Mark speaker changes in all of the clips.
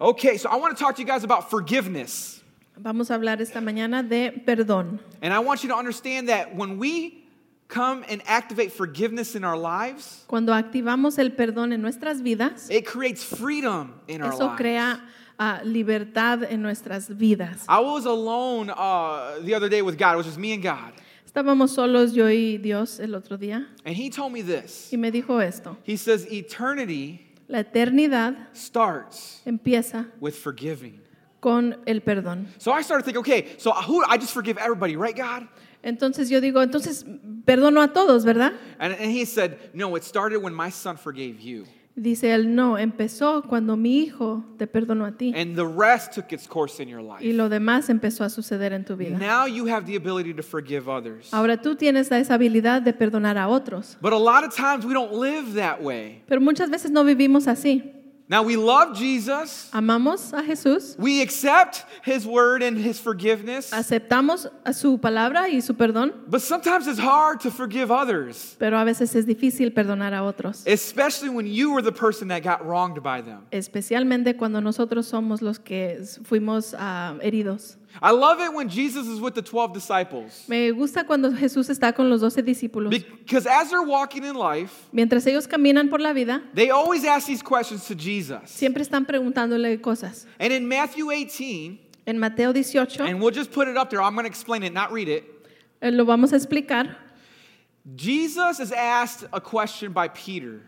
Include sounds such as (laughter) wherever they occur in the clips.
Speaker 1: Okay, so I want to talk to you guys about forgiveness.
Speaker 2: Vamos a hablar esta mañana de perdón.
Speaker 1: And I want you to understand that when we come and activate forgiveness in our lives,
Speaker 2: Cuando activamos el perdón en nuestras vidas,
Speaker 1: it creates freedom in our
Speaker 2: eso
Speaker 1: lives.
Speaker 2: crea ah, libertad en nuestras vidas.
Speaker 1: I was alone uh, the other day with God. It was just me and God.
Speaker 2: Estábamos solos yo y Dios el otro día
Speaker 1: And He told me this
Speaker 2: y me dijo esto,
Speaker 1: He says, Eternity
Speaker 2: la eternidad
Speaker 1: starts
Speaker 2: empieza
Speaker 1: with forgiving.
Speaker 2: con el perdón.
Speaker 1: So I started thinking, okay, so who I just forgive everybody, right, God?
Speaker 2: Entonces yo digo, entonces perdono a todos, ¿verdad?
Speaker 1: And, and he said, no, it started when my son forgave you.
Speaker 2: Dice él, no, empezó cuando mi hijo te perdonó a ti
Speaker 1: And the rest took its course in your life.
Speaker 2: y lo demás empezó a suceder en tu vida.
Speaker 1: Now you have the ability to forgive others.
Speaker 2: Ahora tú tienes esa habilidad de perdonar a otros,
Speaker 1: But a lot of times we don't live that way.
Speaker 2: pero muchas veces no vivimos así.
Speaker 1: Now we love Jesus.
Speaker 2: Amamos a Jesús,
Speaker 1: We accept his word and his forgiveness.
Speaker 2: aceptamos a su palabra y su perdón,
Speaker 1: But sometimes it's hard to forgive others,
Speaker 2: pero a veces es difícil perdonar a otros,
Speaker 1: especially when you were the person that got wronged by them.
Speaker 2: especialmente cuando nosotros somos los que s- fuimos ah, heridos.
Speaker 1: I love it when Jesus is with the 12 disciples
Speaker 2: Me gusta cuando Jesús está con los doce discípulos.
Speaker 1: because as they're walking in life,
Speaker 2: Mientras ellos caminan por la vida,
Speaker 1: They always ask these questions to Jesus.
Speaker 2: siempre están preguntándole cosas.
Speaker 1: And in Matthew 18,
Speaker 2: En Mateo 18,
Speaker 1: and we'll just put it up there, I'm going to explain it, not read it.
Speaker 2: eh, lo vamos a explicar.
Speaker 1: Jesus is asked a question by Peter.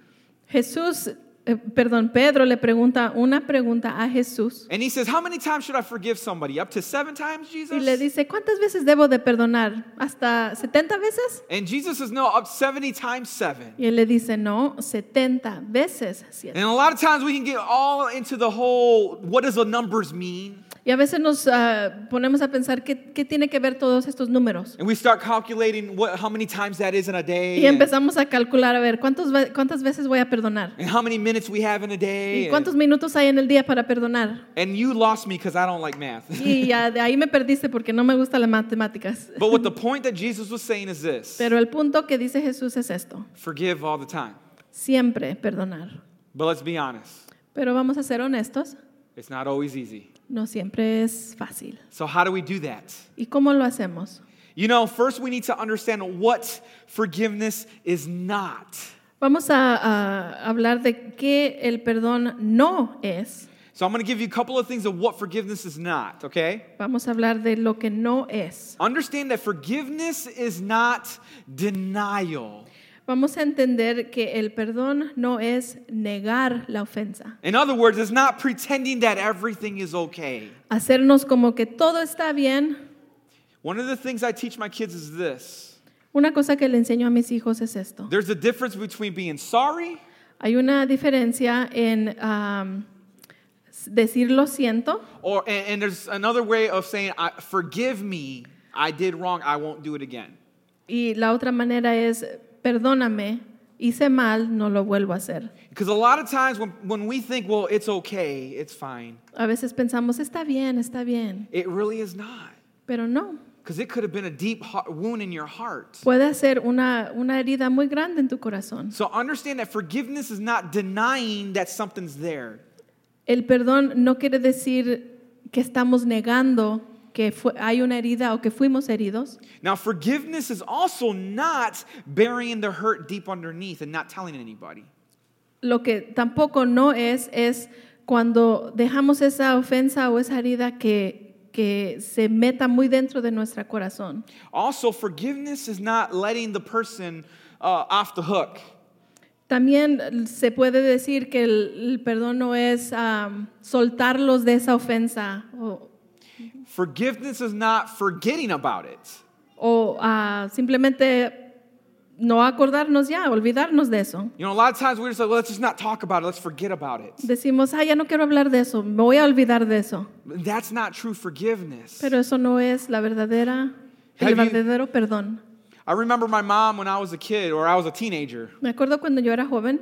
Speaker 2: Jesús, eh, perdón, Pedro le pregunta una pregunta a Jesús
Speaker 1: And he says, How many times should I forgive somebody? Up to seven times,
Speaker 2: y le
Speaker 1: Jesus?
Speaker 2: dice, ¿cuántas veces debo de perdonar? ¿Hasta 70 veces?
Speaker 1: And Jesus says, No, up 70 times seven.
Speaker 2: Y él le dice, no, 70 veces. siete".
Speaker 1: And a lot of times we can get all into the whole what does the numbers mean?
Speaker 2: Y a veces nos ah, ponemos a pensar qué, qué tiene que ver todos estos números.
Speaker 1: And we start calculating what, how many times that is in a
Speaker 2: Y
Speaker 1: day. And,
Speaker 2: empezamos a calcular, a ver, ¿cuántos ve- ¿cuántas veces voy a perdonar?
Speaker 1: and how many minutes we have in a day.
Speaker 2: ¿Y
Speaker 1: And,
Speaker 2: cuántos minutos hay en el día para perdonar?
Speaker 1: and you lost me because I don't like math.
Speaker 2: Y ya de ahí me perdiste porque no me gustan las matemáticas.
Speaker 1: (laughs) But what the point that Jesus was saying is this
Speaker 2: Pero el punto que dice Jesús es esto,
Speaker 1: forgive all the time.
Speaker 2: siempre perdonar.
Speaker 1: But let's be honest,
Speaker 2: Pero vamos a ser honestos,
Speaker 1: it's not always easy.
Speaker 2: no siempre es fácil.
Speaker 1: So, how do we do that?
Speaker 2: ¿Y cómo lo hacemos?
Speaker 1: You know, first we need to understand what forgiveness is not.
Speaker 2: Vamos a, a hablar de qué el perdón no es.
Speaker 1: So, I'm gonna give you a couple of things of what forgiveness is not, okay?
Speaker 2: Vamos a hablar de lo que no es.
Speaker 1: Understand that forgiveness is not denial.
Speaker 2: Vamos a entender que el perdón no es negar la ofensa,
Speaker 1: In other words, it's not pretending that everything is okay.
Speaker 2: hacernos como que todo está bien.
Speaker 1: One of the things I teach my kids is this
Speaker 2: Una cosa que le enseño a mis hijos es esto.
Speaker 1: there's a difference between being sorry
Speaker 2: Hay una diferencia en am, s- decir lo siento
Speaker 1: Or and, and there's another way of saying, I, "Forgive me, I did wrong. I won't do it again."
Speaker 2: y la otra manera es perdóname, hice mal, no lo vuelvo a hacer.
Speaker 1: Because a lot of times when, when we think, "Well, it's okay, it's fine,"
Speaker 2: A veces pensamos, está bien, está bien,
Speaker 1: it really is not.
Speaker 2: pero no.
Speaker 1: Because it could have been a deep heart, wound in your heart.
Speaker 2: Puede ser una, una herida muy grande en tu corazón.
Speaker 1: So understand that forgiveness is not denying that something's there.
Speaker 2: El perdón no quiere decir que estamos negando que fue- hay una herida o que fuimos heridos.
Speaker 1: Now, forgiveness is also not burying the hurt deep underneath and not telling anybody.
Speaker 2: Lo que tampoco no es es cuando dejamos esa ofensa o esa herida que, que se meta muy dentro de nuestro corazón.
Speaker 1: Also, forgiveness is not letting the person uh, off the hook.
Speaker 2: También se puede decir que el, el perdón no es am, soltarlos de esa ofensa o,
Speaker 1: Forgiveness is not forgetting about it.
Speaker 2: o, ah, simplemente no acordarnos ya, olvidarnos de eso.
Speaker 1: You know, a lot of times we're just like, well, let's just not talk about it. Let's forget about it.
Speaker 2: Decimos, ah, ya no quiero hablar de eso, me voy a olvidar de eso.
Speaker 1: That's not true forgiveness.
Speaker 2: Pero eso no es la verdadera,
Speaker 1: Have
Speaker 2: el
Speaker 1: you-
Speaker 2: verdadero perdón.
Speaker 1: I remember my mom when I was a kid or I was a teenager.
Speaker 2: Me acuerdo cuando yo era joven,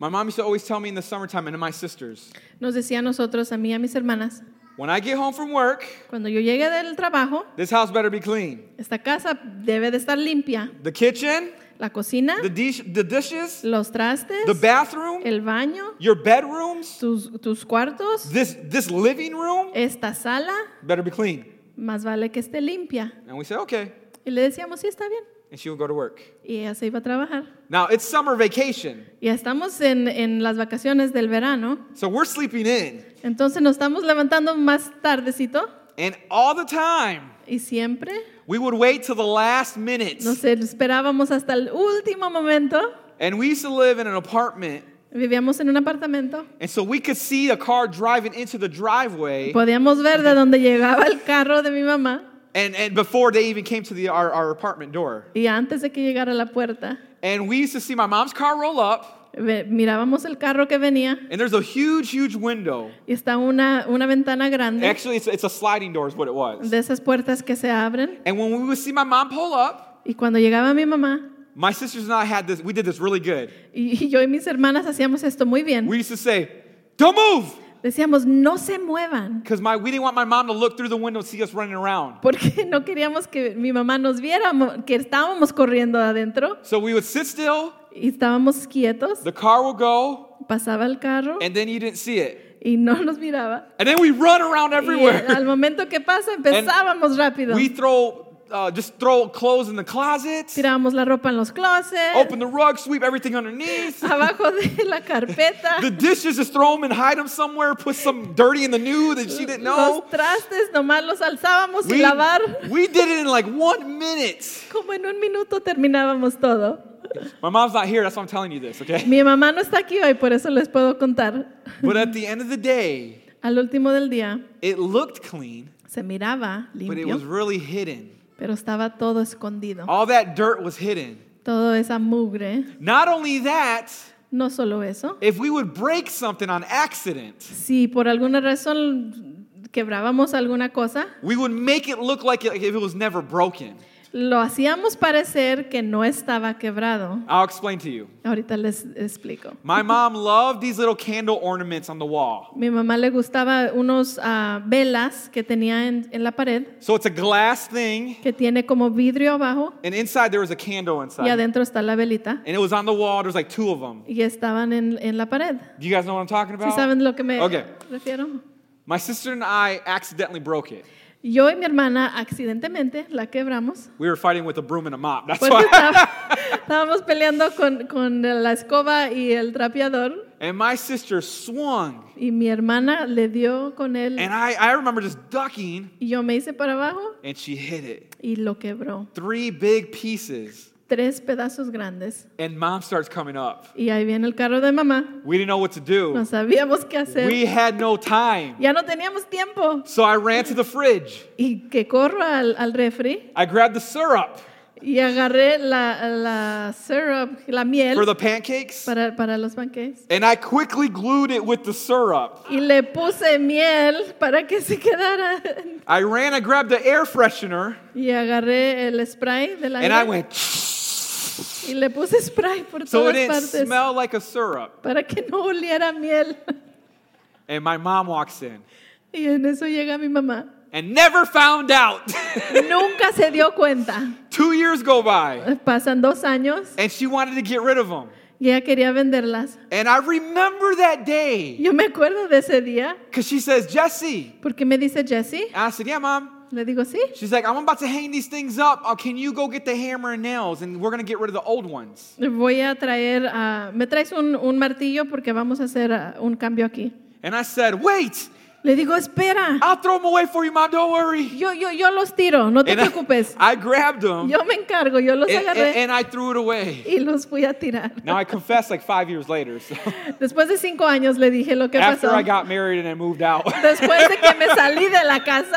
Speaker 1: My mom used to always tell me in the summertime and to my sisters,
Speaker 2: nos decía a nosotros, a mí y a mis hermanas,
Speaker 1: when I get home from work,
Speaker 2: cuando yo llegue del trabajo,
Speaker 1: this house better be clean.
Speaker 2: esta casa debe de estar limpia,
Speaker 1: The kitchen,
Speaker 2: la cocina,
Speaker 1: the, dish, the dishes,
Speaker 2: los trastes,
Speaker 1: the bathroom,
Speaker 2: el baño,
Speaker 1: your bedrooms,
Speaker 2: tus, tus cuartos,
Speaker 1: this, this living room
Speaker 2: esta sala,
Speaker 1: better be clean.
Speaker 2: más vale que esté limpia.
Speaker 1: And we say, okay.
Speaker 2: Y le decíamos, sí, está bien.
Speaker 1: And she would go to work.
Speaker 2: Y ella se iba a trabajar.
Speaker 1: Now, it's summer vacation,
Speaker 2: Ya estamos en, en las vacaciones del verano,
Speaker 1: so we're sleeping in.
Speaker 2: entonces nos estamos levantando más tardecito
Speaker 1: And all the time,
Speaker 2: y siempre
Speaker 1: we would wait till the last minute.
Speaker 2: nos esperábamos hasta el último momento.
Speaker 1: And we used to live in an apartment,
Speaker 2: Vivíamos en un apartamento.
Speaker 1: and so we could see a car driving into the driveway.
Speaker 2: Podíamos ver de dónde llegaba el carro de mi mamá
Speaker 1: And, and before they even came to the, our, our apartment door.
Speaker 2: y antes de que llegara a la puerta,
Speaker 1: And we used to see my mom's car roll up,
Speaker 2: ve- mirábamos el carro que venía
Speaker 1: and there's a huge, huge window.
Speaker 2: y está una, una ventana grande
Speaker 1: Actually, it's, it's a sliding door, is what it was.
Speaker 2: de esas puertas que se abren.
Speaker 1: And when we would see my mom pull up,
Speaker 2: Y cuando llegaba mi mamá,
Speaker 1: my sisters and I had this, we did this really good.
Speaker 2: y y yo y mis hermanas hacíamos esto muy bien,
Speaker 1: We used to say, Don't move!
Speaker 2: decíamos, no se muevan,
Speaker 1: Because my, we didn't want my mom to look through the window and see us running around.
Speaker 2: porque (laughs) no queríamos que mi mamá nos viera, mo- que estábamos corriendo adentro
Speaker 1: So we would sit still,
Speaker 2: y estábamos quietos,
Speaker 1: the car would go,
Speaker 2: pasaba el carro
Speaker 1: and then you didn't see it.
Speaker 2: y no nos miraba.
Speaker 1: And then we run around
Speaker 2: Y eh, al
Speaker 1: everywhere.
Speaker 2: momento que pasa empezábamos rápido.
Speaker 1: (laughs) We throw, uh, just throw clothes in the closet,
Speaker 2: Tirábamos la ropa en los closets,
Speaker 1: open the rug, sweep everything underneath.
Speaker 2: (laughs) abajo de la carpeta,
Speaker 1: The dishes, just throw them and hide them somewhere, put some dirty in the new that she didn't know.
Speaker 2: los trastes, nomás los alzábamos y lavar.
Speaker 1: we did it in like one minute.
Speaker 2: Como en un minuto terminábamos todo.
Speaker 1: My mom's not here, that's why I'm telling you this, okay?
Speaker 2: Mi mamá no está aquí hoy, por eso les puedo contar.
Speaker 1: But at the end of the day,
Speaker 2: Al último del día
Speaker 1: it looked clean,
Speaker 2: se miraba
Speaker 1: but it was
Speaker 2: limpio,
Speaker 1: really hidden.
Speaker 2: pero estaba todo escondido.
Speaker 1: All that dirt was hidden.
Speaker 2: Todo esa mugre.
Speaker 1: Not only that,
Speaker 2: No solo eso.
Speaker 1: if we would break something on accident,
Speaker 2: Si por alguna razón quebrábamos alguna cosa,
Speaker 1: we would make it look like it, like if it was never broken.
Speaker 2: lo hacíamos parecer que no estaba quebrado.
Speaker 1: I'll explain to you.
Speaker 2: Ahorita les explico.
Speaker 1: My mom loved these little candle ornaments on the wall.
Speaker 2: Mi mamá le gustaba unos ah, velas que tenía en, en la pared,
Speaker 1: So it's a glass thing,
Speaker 2: que tiene como vidrio abajo
Speaker 1: and inside there was a candle
Speaker 2: y
Speaker 1: inside.
Speaker 2: adentro está la velita.
Speaker 1: And it was on the wall, there's like two of them.
Speaker 2: Y estaban en, en la pared.
Speaker 1: Do you guys know what I'm talking
Speaker 2: ¿Sí
Speaker 1: about?
Speaker 2: saben lo que me
Speaker 1: Ok.
Speaker 2: refiero?
Speaker 1: My sister and I accidentally broke it.
Speaker 2: Yo y mi hermana accidentalmente la quebramos.
Speaker 1: We were fighting with a broom and a mop. That's (laughs)
Speaker 2: Porque
Speaker 1: why.
Speaker 2: Pues estaba- estábamos peleando con, con la escoba y el trapeador
Speaker 1: And my sister swung,
Speaker 2: y mi hermana le dio con él
Speaker 1: and I, I remember just ducking,
Speaker 2: y yo me hice para abajo
Speaker 1: and she hit it.
Speaker 2: y lo quebró.
Speaker 1: Three big pieces,
Speaker 2: Tres pedazos grandes.
Speaker 1: and mom starts coming up.
Speaker 2: Y ahí viene el carro de mamá.
Speaker 1: We didn't know what to
Speaker 2: No
Speaker 1: do.
Speaker 2: sabíamos qué hacer.
Speaker 1: We had no time.
Speaker 2: Ya no teníamos tiempo.
Speaker 1: So I ran to the fridge.
Speaker 2: Y que corro al, al refri
Speaker 1: I grabbed the syrup
Speaker 2: y agarré la, la syrup, la miel
Speaker 1: for the pancakes,
Speaker 2: para, para los panqueques.
Speaker 1: and I quickly glued it with the syrup.
Speaker 2: Y le puse miel para que se quedara. (laughs)
Speaker 1: I ran, I grabbed the air freshener,
Speaker 2: Y agarré el spray de la
Speaker 1: and I went,
Speaker 2: y le puse spray por
Speaker 1: so it
Speaker 2: todas
Speaker 1: didn't
Speaker 2: partes
Speaker 1: smell like a syrup.
Speaker 2: para que no oliera miel. (laughs)
Speaker 1: And my mom walks in
Speaker 2: Y en eso llega mi mamá.
Speaker 1: and never found out. (laughs)
Speaker 2: Nunca se dio cuenta.
Speaker 1: Two years go by
Speaker 2: Pasan dos años
Speaker 1: and she wanted to get rid of them.
Speaker 2: y ella quería venderlas.
Speaker 1: And I remember that day
Speaker 2: Yo me acuerdo de ese día
Speaker 1: because she says, Jesse.
Speaker 2: porque me dice Jesse.
Speaker 1: I said, Yeah, mom.
Speaker 2: Le digo, sí,
Speaker 1: She's like, I'm about to hang these things up. Oh, can you go get the hammer and nails? And we're going to get rid of the old ones.
Speaker 2: voy a traer, ah, me traes un, un martillo porque vamos a hacer ah, un cambio aquí.
Speaker 1: And I said, Wait,
Speaker 2: Le digo, espera,
Speaker 1: I'll throw them away for you, mom. Don't worry.
Speaker 2: yo, yo, yo los tiro, no te
Speaker 1: And I-
Speaker 2: preocupes.
Speaker 1: I, grabbed them
Speaker 2: Yo me encargo, yo los
Speaker 1: and, and-
Speaker 2: agarré
Speaker 1: and I threw it away.
Speaker 2: y los fui a tirar.
Speaker 1: Now I confess like five years later. So
Speaker 2: Después de cinco años le dije lo que
Speaker 1: after
Speaker 2: pasó.
Speaker 1: I got married and I moved out. (laughs)
Speaker 2: Después de que me salí de la casa,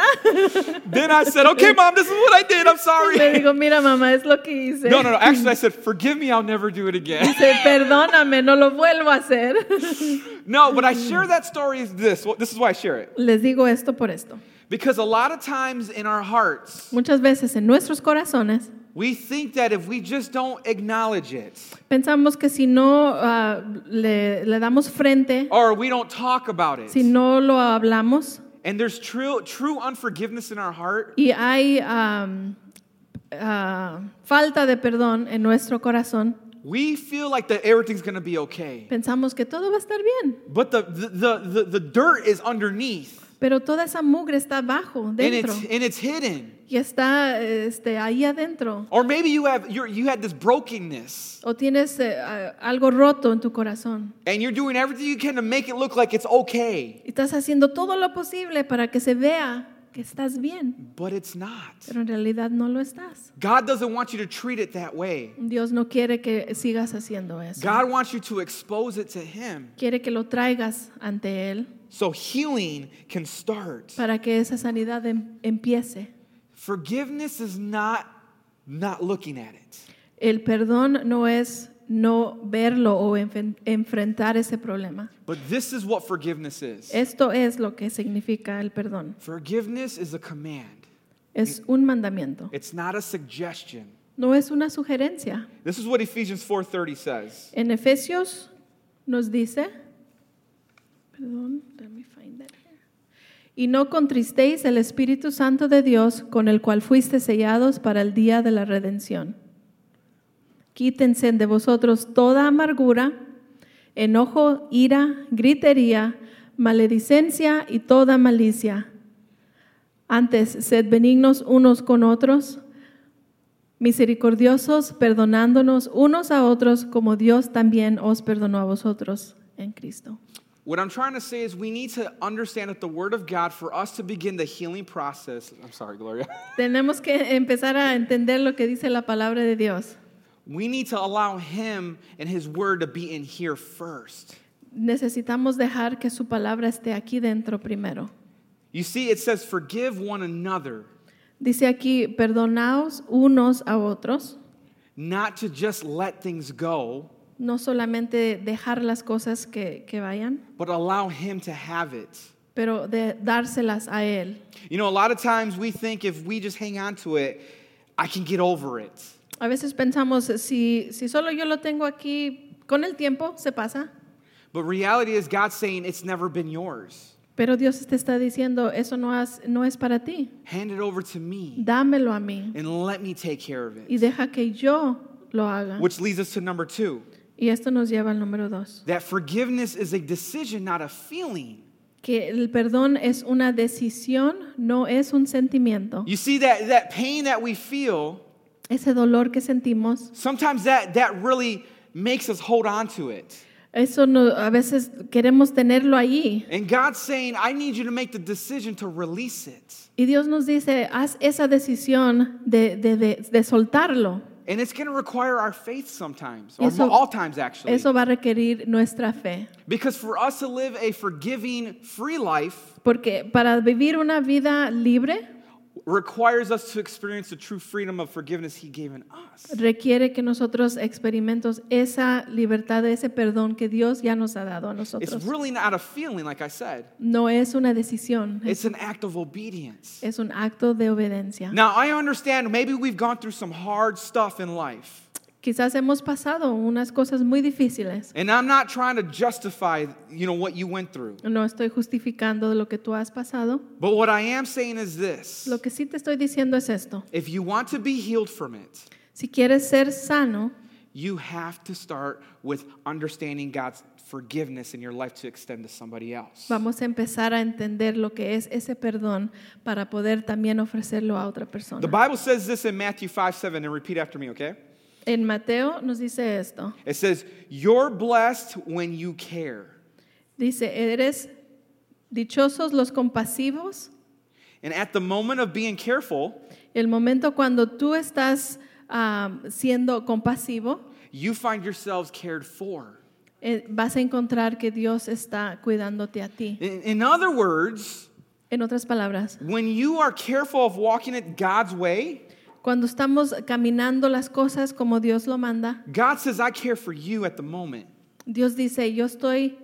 Speaker 1: Then I said, okay, mom, this is what I did. I'm
Speaker 2: le
Speaker 1: sorry.
Speaker 2: digo, mira mamá, es lo que hice.
Speaker 1: No, no, no. Actually, I said, forgive me. I'll never do it again.
Speaker 2: Dice, perdóname, no lo vuelvo a hacer. (laughs)
Speaker 1: No, but I share that story is this. Well, this is why I share it.
Speaker 2: Les digo esto por esto.
Speaker 1: Because a lot of times in our hearts,
Speaker 2: Muchas veces en nuestros corazones
Speaker 1: we think that if we just don't acknowledge it
Speaker 2: pensamos que si no ah, le, le damos frente,
Speaker 1: or we don't talk about
Speaker 2: si
Speaker 1: it,
Speaker 2: no lo hablamos,
Speaker 1: and there's true, true unforgiveness in our heart,
Speaker 2: y hay am, ah, falta de perdón en nuestro corazón,
Speaker 1: we feel like that everything's going to be okay.
Speaker 2: pensamos que todo va a estar bien,
Speaker 1: But the, the, the, the, the dirt is underneath
Speaker 2: pero toda esa mugre está abajo,
Speaker 1: and
Speaker 2: dentro,
Speaker 1: it's, and it's hidden.
Speaker 2: y está este, ahí adentro.
Speaker 1: Or maybe you, have, you're, you had this brokenness
Speaker 2: O tienes eh, a- algo roto en tu corazón.
Speaker 1: and you're doing everything you can to make it look like it's okay,
Speaker 2: Y Estás haciendo todo lo posible para que se vea que estás bien,
Speaker 1: but it's not.
Speaker 2: pero en realidad no lo estás.
Speaker 1: God doesn't want you to treat it that way.
Speaker 2: Dios no quiere que sigas haciendo eso.
Speaker 1: God wants you to expose it to Him
Speaker 2: quiere que lo traigas ante Él
Speaker 1: so healing can start.
Speaker 2: para que esa sanidad em- empiece.
Speaker 1: Forgiveness is not not looking at it.
Speaker 2: El perdón no es no verlo o enfen- enfrentar ese problema.
Speaker 1: But this is what forgiveness is.
Speaker 2: Esto es lo que significa el perdón.
Speaker 1: Forgiveness is a command.
Speaker 2: Es un mandamiento,
Speaker 1: It's not a suggestion.
Speaker 2: no es una sugerencia.
Speaker 1: This is what Ephesians 4:30 says.
Speaker 2: En Efesios nos dice, perdón, let me find that here. y no contristéis el Espíritu Santo de Dios con el cual fuiste sellados para el día de la redención. Quítense de vosotros toda amargura, enojo, ira, gritería, maledicencia y toda malicia. Antes, sed benignos unos con otros, misericordiosos, perdonándonos unos a otros como Dios también os perdonó a vosotros en Cristo.
Speaker 1: What I'm trying to say is we need to understand that the word of God for us to begin the healing process, I'm sorry, Gloria. (laughs)
Speaker 2: Tenemos que empezar a entender lo que dice la palabra de Dios.
Speaker 1: We need to allow him and his word to be in here first.
Speaker 2: Necesitamos dejar que su palabra esté aquí dentro primero.
Speaker 1: You see it says forgive one another,
Speaker 2: Dice aquí, perdonaos unos a otros,
Speaker 1: not to just let things go,
Speaker 2: no solamente dejar las cosas que, que vayan,
Speaker 1: but allow him to have it.
Speaker 2: pero de dárselas a Él.
Speaker 1: You know, a lot of times we think if we just hang on to it, I can get over it.
Speaker 2: A veces pensamos, si, si solo yo lo tengo aquí, con el tiempo se pasa,
Speaker 1: But reality is God's saying it's never been yours.
Speaker 2: Pero Dios te está diciendo, eso no, has- no es para ti.
Speaker 1: Hand it over to me
Speaker 2: Dámelo a mí
Speaker 1: and let me take care of
Speaker 2: y
Speaker 1: it.
Speaker 2: deja que yo lo haga.
Speaker 1: Which leads us to number two
Speaker 2: Y esto nos lleva al número dos,
Speaker 1: that forgiveness is a decision, not a feeling.
Speaker 2: que el perdón es una decisión, no es un sentimiento.
Speaker 1: You see, that, that pain that we feel,
Speaker 2: Ese dolor que sentimos,
Speaker 1: sometimes that, that really makes us hold on to it.
Speaker 2: eso no- a veces queremos tenerlo allí.
Speaker 1: And God's saying, I need you to make the decision to release it.
Speaker 2: Y Dios nos dice, haz esa decisión de, de- de- de soltarlo.
Speaker 1: And it's going to require our faith sometimes, or
Speaker 2: Eso-
Speaker 1: all times actually.
Speaker 2: Eso va a requerir nuestra fe.
Speaker 1: Because for us to live a forgiving, free life
Speaker 2: Porque para vivir una vida libre,
Speaker 1: requires us to experience the true freedom of forgiveness He gave in us.
Speaker 2: requiere que nosotros experimentemos esa libertad, ese perdón que Dios ya nos ha dado a
Speaker 1: It's
Speaker 2: nosotros.
Speaker 1: really not a feeling, like I said,
Speaker 2: No es una decisión, es,
Speaker 1: it's an act of obedience.
Speaker 2: es un acto de obediencia.
Speaker 1: Now, I understand maybe we've gone through some hard stuff in life,
Speaker 2: Quizás hemos pasado unas cosas muy difíciles.
Speaker 1: and I'm not trying to justify, you know, what you went through.
Speaker 2: No estoy justificando lo que tú has pasado.
Speaker 1: But what I am saying is this
Speaker 2: Lo que sí te estoy diciendo es esto.
Speaker 1: if you want to be healed from it,
Speaker 2: Si quieres ser sano,
Speaker 1: you have to start with understanding God's forgiveness in your life to extend to somebody else.
Speaker 2: vamos a empezar a entender lo que es ese perdón para poder también ofrecerlo a otra
Speaker 1: The
Speaker 2: persona.
Speaker 1: Bible says this in Matthew 5 7, and repeat after me, okay?
Speaker 2: En Mateo nos dice esto.
Speaker 1: It says, You're blessed when you care.
Speaker 2: Dice, eres dichosos los compasivos
Speaker 1: And at the moment of being careful,
Speaker 2: El momento cuando tú estás ah, siendo compasivo,
Speaker 1: you find yourselves cared for.
Speaker 2: eh, vas a encontrar que Dios está cuidándote a ti.
Speaker 1: In, in other words,
Speaker 2: En otras palabras,
Speaker 1: when you are careful of walking it God's way,
Speaker 2: cuando estamos caminando las cosas como Dios lo manda,
Speaker 1: God says, I care for you at the moment.
Speaker 2: Dios dice, yo estoy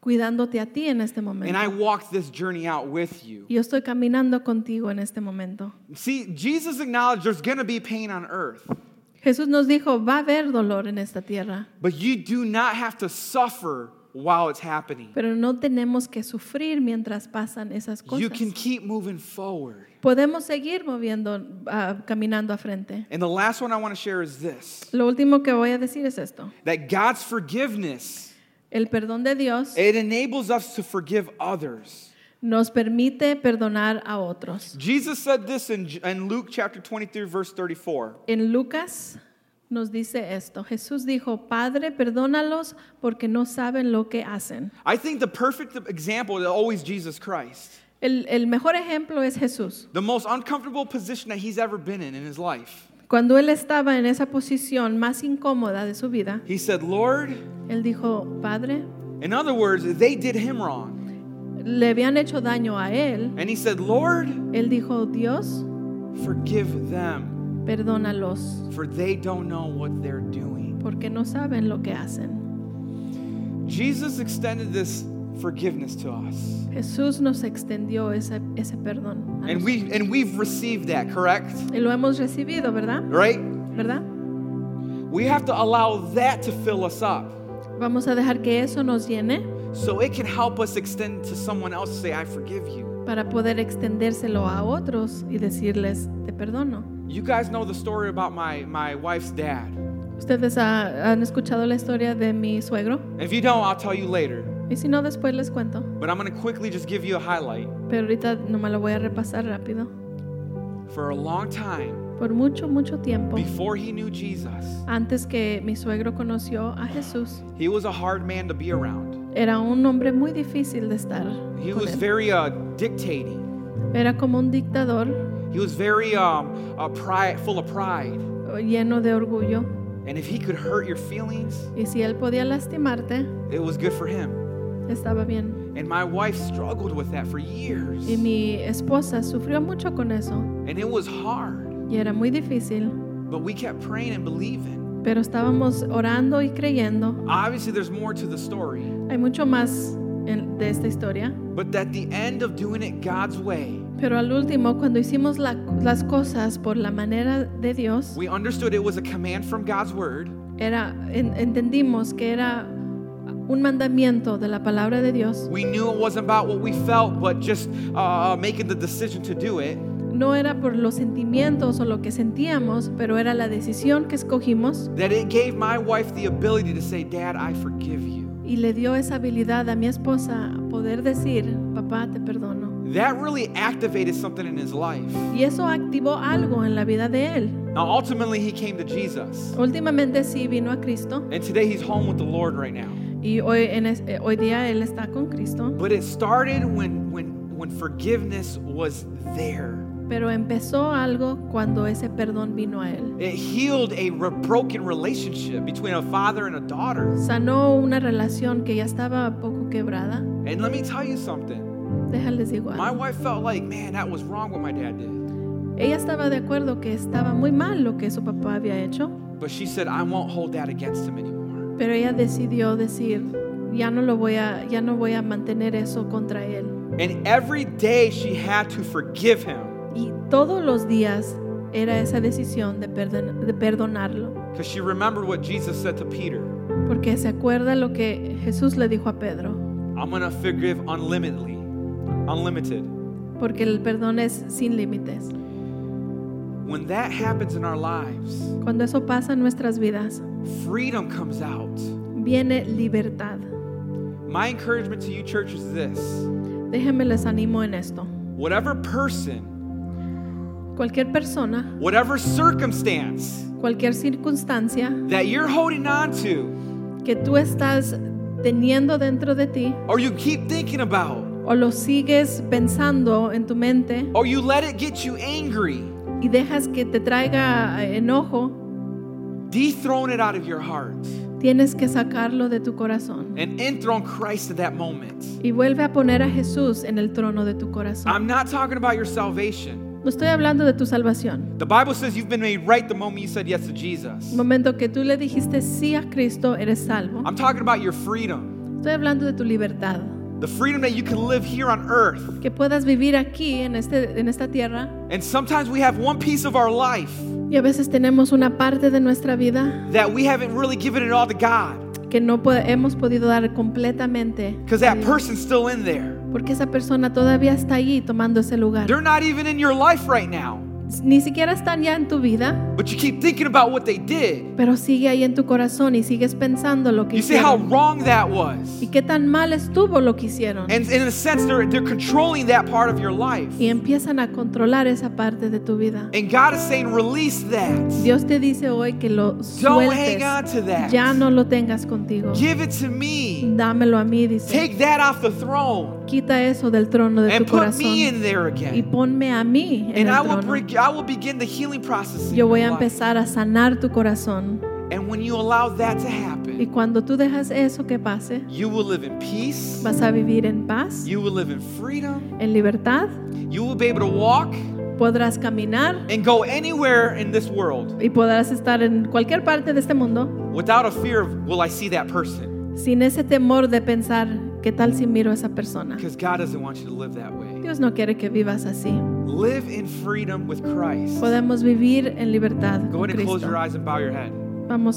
Speaker 2: cuidándote a ti en este
Speaker 1: And
Speaker 2: momento.
Speaker 1: I walked this journey out with you.
Speaker 2: Yo estoy caminando contigo en este momento.
Speaker 1: See, Jesus acknowledged there's going to be pain on earth,
Speaker 2: Jesús nos dijo, va a haber dolor en esta tierra,
Speaker 1: but you do not have to suffer while it's happening.
Speaker 2: Pero no tenemos que sufrir mientras pasan esas
Speaker 1: You can
Speaker 2: cosas.
Speaker 1: keep moving forward.
Speaker 2: Podemos seguir moviendo, ah, caminando a frente.
Speaker 1: And the last one I want to share is this
Speaker 2: Lo último que voy a decir es esto.
Speaker 1: that God's forgiveness,
Speaker 2: El perdón de Dios
Speaker 1: it enables us to forgive others.
Speaker 2: nos permite perdonar a otros.
Speaker 1: Jesus said this in, in Luke chapter 23, verse 34.
Speaker 2: En Lucas nos dice esto. Jesús dijo, Padre, perdónalos porque no saben lo que hacen.
Speaker 1: I think the perfect example is always Jesus Christ.
Speaker 2: El, el mejor ejemplo es Jesús.
Speaker 1: The most uncomfortable position that he's ever been in in his life.
Speaker 2: Cuando él estaba en esa posición más incómoda de su vida,
Speaker 1: He said, Lord,
Speaker 2: él dijo, Padre,
Speaker 1: in other words, they did him wrong.
Speaker 2: le habían hecho daño a él.
Speaker 1: And he said, Lord,
Speaker 2: Él dijo, Dios,
Speaker 1: forgive them,
Speaker 2: perdónalos
Speaker 1: for they don't know what they're doing.
Speaker 2: porque no saben lo que hacen.
Speaker 1: Jesus extended this forgiveness to us.
Speaker 2: Jesús nos extendió ese, ese perdón. a
Speaker 1: And
Speaker 2: nosotros.
Speaker 1: we and we've received that, correct?
Speaker 2: Y lo hemos recibido, ¿verdad?
Speaker 1: Right?
Speaker 2: ¿Verdad?
Speaker 1: We have to allow that to fill us up
Speaker 2: Vamos a dejar que eso nos llene
Speaker 1: so it can help us extend to someone else and say, I forgive you.
Speaker 2: para poder extendérselo a otros y decirles, te perdono.
Speaker 1: You guys know the story about my, my wife's dad.
Speaker 2: Ustedes ha- han escuchado la historia de mi suegro
Speaker 1: If you don't, I'll tell you later.
Speaker 2: y si no, después les cuento.
Speaker 1: But I'm going to quickly just give you a highlight.
Speaker 2: Pero ahorita nomás lo voy a repasar rápido.
Speaker 1: For a long time,
Speaker 2: Por mucho, mucho tiempo,
Speaker 1: before he knew Jesus,
Speaker 2: antes que mi suegro conoció a Jesús,
Speaker 1: he was a hard man to be around.
Speaker 2: era un hombre muy difícil de estar.
Speaker 1: He
Speaker 2: con
Speaker 1: was
Speaker 2: él.
Speaker 1: very uh, dictating.
Speaker 2: Era como un dictador
Speaker 1: He was very um, uh, pride, full of pride.
Speaker 2: eh, lleno de orgullo.
Speaker 1: And if he could hurt your feelings,
Speaker 2: Y si él podía lastimarte,
Speaker 1: it was good for him.
Speaker 2: estaba bien.
Speaker 1: And my wife struggled with that for years.
Speaker 2: Y mi esposa sufrió mucho con eso.
Speaker 1: And it was hard.
Speaker 2: Y era muy difícil,
Speaker 1: But we kept praying and believing.
Speaker 2: pero estábamos orando y creyendo.
Speaker 1: Obviously, there's more to the story.
Speaker 2: Hay mucho más en- de esta historia,
Speaker 1: But at the end of doing it God's way,
Speaker 2: pero al último, cuando hicimos la- las cosas por la manera de Dios,
Speaker 1: we understood it was a command from God's word.
Speaker 2: era, en- entendimos que era un mandamiento de la palabra de Dios.
Speaker 1: We knew it wasn't about what we felt, but just uh, making the decision to do it.
Speaker 2: No era por los sentimientos o lo que sentíamos, pero era la decisión que escogimos
Speaker 1: That it gave my wife the ability to say, Dad, I forgive you.
Speaker 2: y le dio esa habilidad a mi esposa a poder decir, papá, te perdono.
Speaker 1: That really activated something in his life.
Speaker 2: Y eso activó algo en la vida de él.
Speaker 1: Now, ultimately, he came to Jesus.
Speaker 2: Últimamente sí vino a Cristo
Speaker 1: And today he's home with the Lord right now.
Speaker 2: y hoy, en es- eh, hoy día él está con Cristo,
Speaker 1: But it started when, when, when forgiveness was there.
Speaker 2: pero empezó algo cuando ese perdón vino a él.
Speaker 1: It healed a re- broken relationship between a father and a daughter.
Speaker 2: Sanó una relación que ya estaba poco quebrada.
Speaker 1: And let me tell you something.
Speaker 2: Déjales digo
Speaker 1: My
Speaker 2: algo.
Speaker 1: wife felt like, man, that was wrong what my dad did.
Speaker 2: Ella estaba de acuerdo que estaba muy mal lo que su papá había hecho,
Speaker 1: But she said, I won't hold that against him anymore.
Speaker 2: pero ella decidió decir, ya no lo voy a ya no voy a mantener eso contra él.
Speaker 1: And every day she had to forgive him
Speaker 2: Y todos los días era esa decisión de, perdon- de perdonarlo,
Speaker 1: because she remembered what Jesus said to Peter
Speaker 2: porque se acuerda lo que Jesús le dijo a Pedro.
Speaker 1: I'm going to forgive unlimitedly, unlimited.
Speaker 2: porque el perdón es sin límites.
Speaker 1: When that happens in our lives,
Speaker 2: Cuando eso pasa en nuestras vidas,
Speaker 1: freedom comes out.
Speaker 2: viene libertad.
Speaker 1: My encouragement to you, church, is this
Speaker 2: Déjenme les animo en esto.
Speaker 1: whatever person,
Speaker 2: Cualquier persona,
Speaker 1: whatever circumstance
Speaker 2: cualquier circunstancia
Speaker 1: that you're holding on to
Speaker 2: que tú estás teniendo dentro de ti
Speaker 1: or you keep thinking about,
Speaker 2: o lo sigues pensando en tu mente
Speaker 1: or you let it get you angry,
Speaker 2: y dejas que te traiga eh, enojo,
Speaker 1: dethrone it out of your heart
Speaker 2: tienes que sacarlo de tu corazón
Speaker 1: and enthrone Christ at that moment.
Speaker 2: y vuelve a poner a Jesús en el trono de tu corazón.
Speaker 1: I'm not talking about your salvation.
Speaker 2: No estoy hablando de tu salvación.
Speaker 1: The Bible says you've been made right the moment you said yes to Jesus.
Speaker 2: Momento que tú le dijiste sí a Cristo, eres salvo.
Speaker 1: I'm talking about your freedom.
Speaker 2: Estoy hablando de tu libertad,
Speaker 1: The freedom that you can live here on earth.
Speaker 2: que puedas vivir aquí en, este, en esta tierra.
Speaker 1: And sometimes we have one piece of our life
Speaker 2: Y a veces tenemos una parte de nuestra vida
Speaker 1: that we haven't really given it all to God.
Speaker 2: que no po- hemos podido dar completamente,
Speaker 1: because that person's still in there.
Speaker 2: porque esa persona todavía está allí tomando ese lugar.
Speaker 1: They're not even in your life right now,
Speaker 2: Ni siquiera están ya en tu vida,
Speaker 1: but you keep thinking about what they did.
Speaker 2: pero sigue ahí en tu corazón y sigues pensando lo que
Speaker 1: You see how
Speaker 2: hicieron.
Speaker 1: wrong that was.
Speaker 2: Y qué tan mal estuvo lo que hicieron.
Speaker 1: And in a sense, they're, they're controlling that part of your life.
Speaker 2: Y empiezan a controlar esa parte de tu vida.
Speaker 1: And God is saying, release that.
Speaker 2: Dios te dice hoy que lo
Speaker 1: Don't hang
Speaker 2: sueltes.
Speaker 1: on to that.
Speaker 2: Ya no lo tengas contigo.
Speaker 1: Give it to me.
Speaker 2: Dámelo a mí, dice.
Speaker 1: Take that off the throne
Speaker 2: Quita eso del trono de
Speaker 1: and
Speaker 2: tu
Speaker 1: put me
Speaker 2: corazón
Speaker 1: in there
Speaker 2: y
Speaker 1: again.
Speaker 2: ponme a mí en
Speaker 1: And I
Speaker 2: el
Speaker 1: will,
Speaker 2: trono.
Speaker 1: bring, I will begin the healing process. in
Speaker 2: Yo voy a
Speaker 1: your life.
Speaker 2: empezar a sanar tu corazón.
Speaker 1: And when you allow that to
Speaker 2: Y
Speaker 1: happen,
Speaker 2: cuando tú dejas eso que pase,
Speaker 1: you will live in peace.
Speaker 2: vas a vivir en paz,
Speaker 1: You will live in freedom.
Speaker 2: en libertad,
Speaker 1: You will be able to walk
Speaker 2: podrás caminar
Speaker 1: and go anywhere in this world
Speaker 2: y podrás estar en cualquier parte de este mundo
Speaker 1: without a fear of, will I see that person?
Speaker 2: sin ese temor de pensar, ¿qué tal si miro a esa persona?
Speaker 1: Because God doesn't want you to live that way.
Speaker 2: Dios no quiere que vivas así.
Speaker 1: Live in freedom with Christ.
Speaker 2: Podemos vivir en libertad
Speaker 1: Go
Speaker 2: con
Speaker 1: ahead and close
Speaker 2: Cristo.
Speaker 1: your eyes and bow your head.
Speaker 2: Vamos